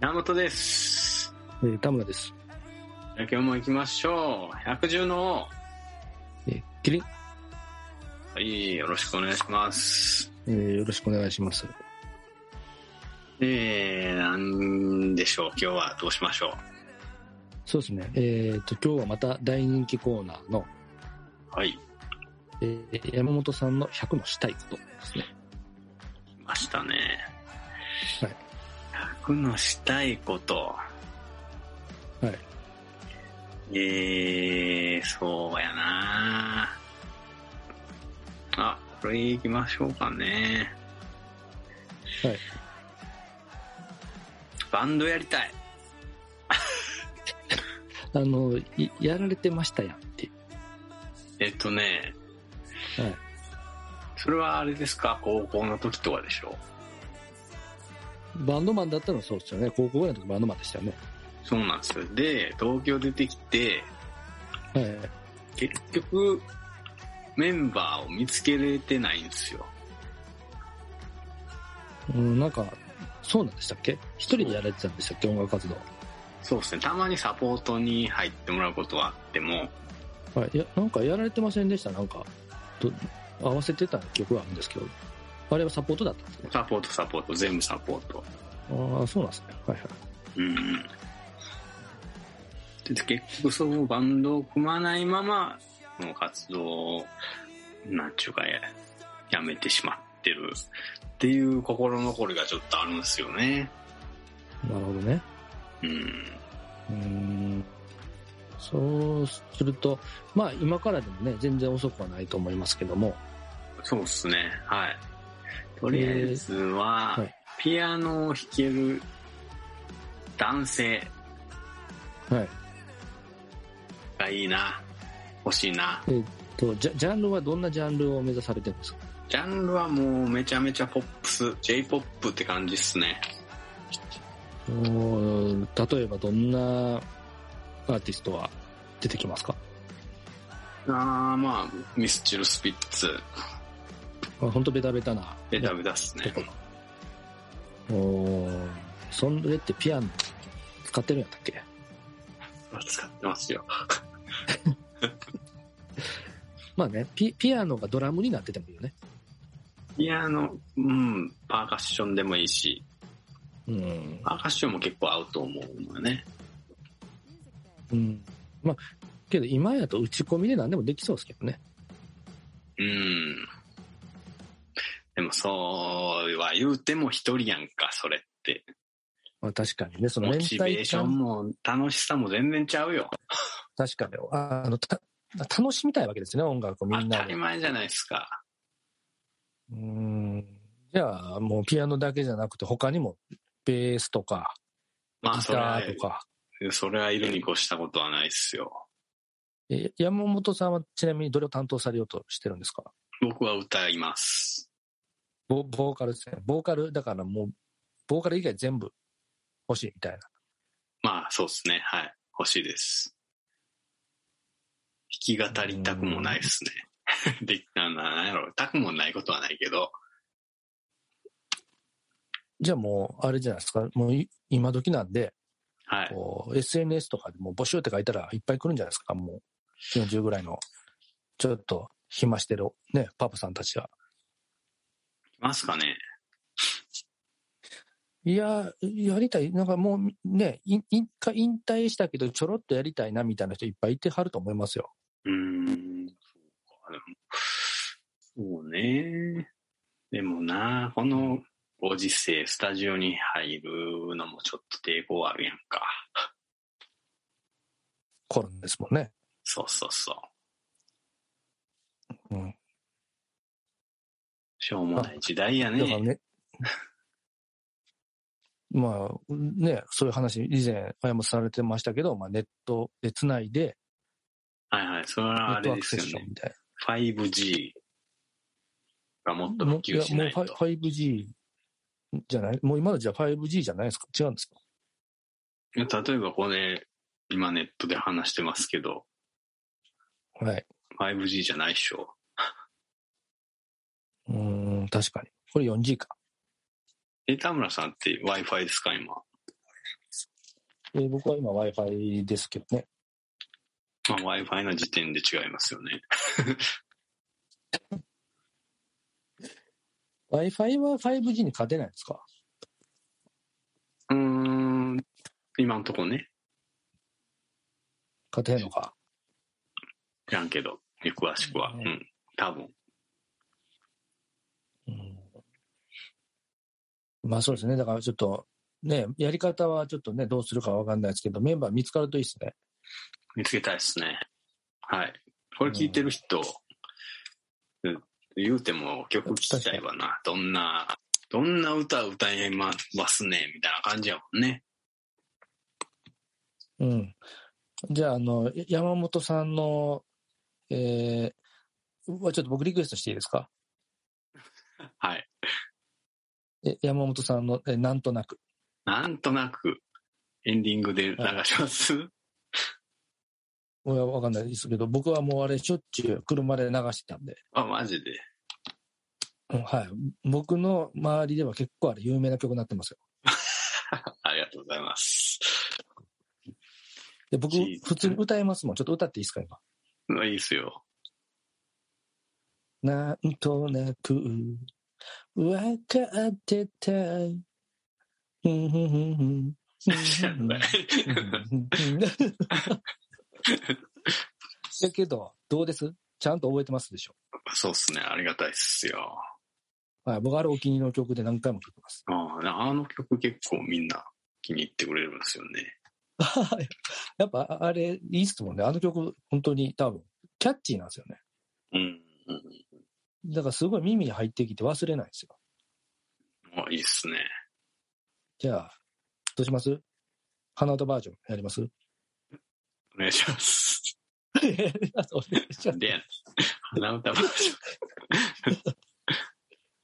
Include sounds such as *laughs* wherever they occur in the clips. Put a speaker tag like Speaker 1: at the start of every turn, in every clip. Speaker 1: 山本です。
Speaker 2: えー、田村です。
Speaker 1: じゃあ今日も行きましょう。百獣の
Speaker 2: えー、キリン、
Speaker 1: 王。はい、よろしくお願いします。
Speaker 2: えーよろしくお願いします。
Speaker 1: えー、なんでしょう。今日はどうしましょ
Speaker 2: そうですね。えっ、と、今日はまた大人気コーナーの、
Speaker 1: う。はい、
Speaker 2: えー山本さんの100のしたいことですね。
Speaker 1: 来ましたね。
Speaker 2: はい。
Speaker 1: 100のしたいこと。
Speaker 2: はい。
Speaker 1: えー、そうやなあ、これ行きましょうかね。
Speaker 2: はい。
Speaker 1: バンドやりたい。
Speaker 2: あの、いやられてましたやんってい
Speaker 1: えっとね、
Speaker 2: う。はい。
Speaker 1: それはあれですか高校の時とかでしょう
Speaker 2: バンドマンだったのはそうですよね。高校ぐらいの時バンドマンでしたよね。
Speaker 1: そうなんですよ。で、東京出てきて、
Speaker 2: はい。
Speaker 1: 結局、メンバーを見つけれてないんですよ。
Speaker 2: うん、なんか、そうなんでしたっけ一人でやられてたんでしたっけ音楽活動。
Speaker 1: そうですね。たまにサポートに入ってもらうことはあっても、
Speaker 2: はい。いや、なんかやられてませんでした。なんか、と合わせてた記憶があるんですけど。あれはサポートだったんですね。
Speaker 1: サポート、サポート、全部サポート。
Speaker 2: ああ、そうなんですね。はいはい。
Speaker 1: うん。で結局そう、バンドを組まないまま、もう活動を、なんちゅうかや、やめてしまってるっていう心残りがちょっとあるんですよね。
Speaker 2: なるほどね。
Speaker 1: うん。
Speaker 2: うーんそうすると、まあ今からでもね、全然遅くはないと思いますけども、
Speaker 1: そうっすね。はい。とりあえずは、
Speaker 2: えーはい
Speaker 1: ピアノを弾ける男性
Speaker 2: はい。
Speaker 1: がいいな。欲しいな。
Speaker 2: とジャジャンルはどんなジャンルを目指されてるんですか
Speaker 1: ジャンルはもうめちゃめちゃポップス、J-POP って感じっすね。
Speaker 2: うーん例えばどんなアーティストは出てきますか
Speaker 1: あー、まあ、ミスチルスピッツ、
Speaker 2: まあ本当ベタベタな。
Speaker 1: ベタベタっすね。
Speaker 2: おーそれってピアノ使ってるんやったっけ
Speaker 1: 使ってますよ。
Speaker 2: まあねピ、ピアノがドラムになっててもいいよね。
Speaker 1: ピアノ、うん、パーカッションでもいいし、
Speaker 2: うん。
Speaker 1: パーカッションも結構合うと思うのね。
Speaker 2: うん。まあ、けど今やと打ち込みで何でもできそうですけどね。
Speaker 1: うん。でもそうは言うても一人やんか、それって。
Speaker 2: まあ確かにね、その
Speaker 1: モ
Speaker 2: 連
Speaker 1: チベー
Speaker 2: 帯
Speaker 1: ショ
Speaker 2: 感
Speaker 1: ンも楽しさも全然ちゃうよ。
Speaker 2: 確かに。ああの、た、楽しみたいわけですね、音楽をみ
Speaker 1: 当
Speaker 2: ん
Speaker 1: た
Speaker 2: な
Speaker 1: り
Speaker 2: で。
Speaker 1: 前じゃないですか。
Speaker 2: うーん。じゃあ、もうピアノだけじゃなくて、他にも、ベースとか、
Speaker 1: まあ
Speaker 2: ギ
Speaker 1: それは
Speaker 2: タ、ーとか。
Speaker 1: それはいるに越したことはないっすよ。
Speaker 2: え山本さんはちなみにどれを担当されようとしてるんですか
Speaker 1: 僕は歌います。
Speaker 2: ボボーカルですね。ボーカル、だからもう、ボーカル以外全部欲しいみたいな。
Speaker 1: まあそうですね。はい。欲しいです。弾き語りたくもないっすね。 *laughs* で、ななんやろ、たくもないことはないけど、
Speaker 2: じゃあもう、あれじゃないですか。もうい、今時なんで、
Speaker 1: はい。
Speaker 2: こう、SNS とかでもう募集って書いたらいっぱい来るんじゃないですか。もう、40ぐらいの、ちょっと暇してる、ね、パパさんたちが。
Speaker 1: いますかね。
Speaker 2: いや、やりたい。なんかもうね、い一回引退したけど、ちょろっとやりたいなみたいな人いっぱいいてはると思いますよ。
Speaker 1: うーん、そうか、でも、そうね。でもな、このご時世、スタジオに入るのもちょっと抵抗あるやんか。
Speaker 2: コロナですもんね。
Speaker 1: そうそうそう。
Speaker 2: うん。
Speaker 1: しょうもない時代や
Speaker 2: だから
Speaker 1: ね。
Speaker 2: ね。 *laughs* まあ、ね、そういう話、以前、あやもされてましたけど、まあ、ネットでつないで、
Speaker 1: はいはい、それ
Speaker 2: ネ
Speaker 1: はあ
Speaker 2: ット
Speaker 1: れ
Speaker 2: ワー
Speaker 1: で
Speaker 2: ク
Speaker 1: す
Speaker 2: セッ
Speaker 1: よ
Speaker 2: ション
Speaker 1: ね。
Speaker 2: みたい
Speaker 1: 5G がもっと普
Speaker 2: な。もうい
Speaker 1: 及
Speaker 2: や
Speaker 1: し
Speaker 2: も
Speaker 1: な
Speaker 2: う
Speaker 1: いと。
Speaker 2: 5G じゃないもう今のじゃ 5G じゃないですか違うんですか
Speaker 1: 例えばこれ、今ネットで話してますけど、
Speaker 2: はい。
Speaker 1: 5G じゃないっしょ。
Speaker 2: うーん、確かに。これ 4G か。
Speaker 1: え、田村さんって Wi-Fi ですか、今。
Speaker 2: え僕は今 Wi-Fi ですけどね。
Speaker 1: まあ、Wi-Fi の時点で違いますよね。
Speaker 2: Wi-Fi は 5G に勝てないんですか
Speaker 1: うーん、今んとこね、
Speaker 2: 勝てへんのか。
Speaker 1: 知らんけど、詳しくは。う
Speaker 2: ね
Speaker 1: ん、多分。
Speaker 2: うんまあそうですね。だからちょっと、ね、やり方はちょっとね、どうするかわかんないですけど、メンバー見つかるといいですね。
Speaker 1: 見つけたいですね。はい。これ聞いてる人、うん言うても曲聞きたいわな。どんな、どんな歌歌えますね、みたいな感じやもんね。
Speaker 2: うん。じゃあ、あの、や山本さんの、えー、はちょっと僕リクエストしていいですか
Speaker 1: はい。
Speaker 2: え山本さんの、えなんとなく。
Speaker 1: なんとなく、エンディングで流します。
Speaker 2: 俺はわかんないですけど、僕はもうあれ、しょっちゅう車で流してたんで、
Speaker 1: *laughs* あ、マジで。
Speaker 2: うんはい。僕の周りでは結構あれ、有名な曲になってますよ。
Speaker 1: ありがとうございます。
Speaker 2: で、僕
Speaker 1: ジー、
Speaker 2: 普通に歌えますもん。ちょっと歌っていいですか、今。
Speaker 1: まあいいっすよ。
Speaker 2: なんとなく、わかってた。うんうんうんうんうんうん *laughs* だけど、どうですちゃんと覚えてますでしょ、
Speaker 1: *laughs* そうっすね。ありがたいっすよ。
Speaker 2: はい、僕、あれお気に入りの曲で何回も聴いてます。
Speaker 1: あああの曲結構みんな気に入ってくれるんですよね。
Speaker 2: やっぱ、ああれ、いいっすもんね。あの曲、本当に多分、キャッチーなんですよね。
Speaker 1: うん。うん
Speaker 2: だから、すごい耳に入ってきて忘れないんですよ。
Speaker 1: あいいっすね。
Speaker 2: じゃあ、どうします花歌バージョンやります *laughs*
Speaker 1: お願いします。
Speaker 2: お願 *laughs* いします
Speaker 1: で、鼻歌バージ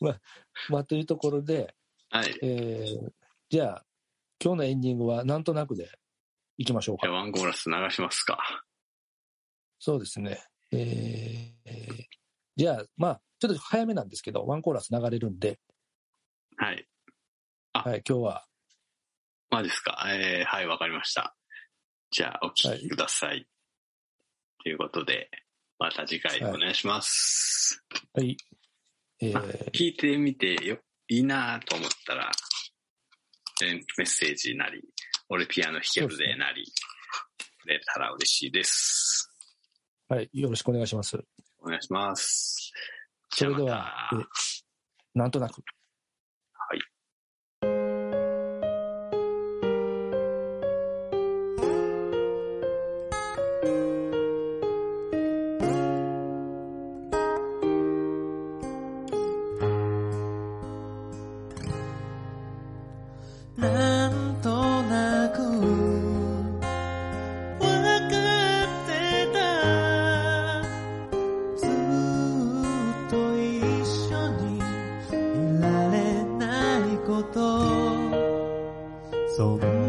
Speaker 1: ョ
Speaker 2: まあ、というところで、
Speaker 1: ン。はい。
Speaker 2: えーじゃあ、今日のエンディングはなんとなくでいきましょう
Speaker 1: じゃ
Speaker 2: か
Speaker 1: あ。ワンコーラス流しますか。
Speaker 2: そうですね。えーえーじゃあ、まあ、ちょっと早めなんですけど、ワンコーラス流れるんで、
Speaker 1: はい。
Speaker 2: はい、今日は、
Speaker 1: まあですか。えー、はい、わかりました。じゃあ、お聴きください。ということで、また次回お願いします。
Speaker 2: はい、えー
Speaker 1: 聞いてみてよ、いいなと思ったら、えーメッセージなり、俺ピアノ弾けるでなり、くれたら嬉しいです。
Speaker 2: はい、よろしくお願いします。
Speaker 1: お願いします。
Speaker 2: それで
Speaker 1: じゃあ、
Speaker 2: はえ
Speaker 1: ま
Speaker 2: ーなんとなく。
Speaker 3: なんとなくわかってたずっと一緒にいられないことそん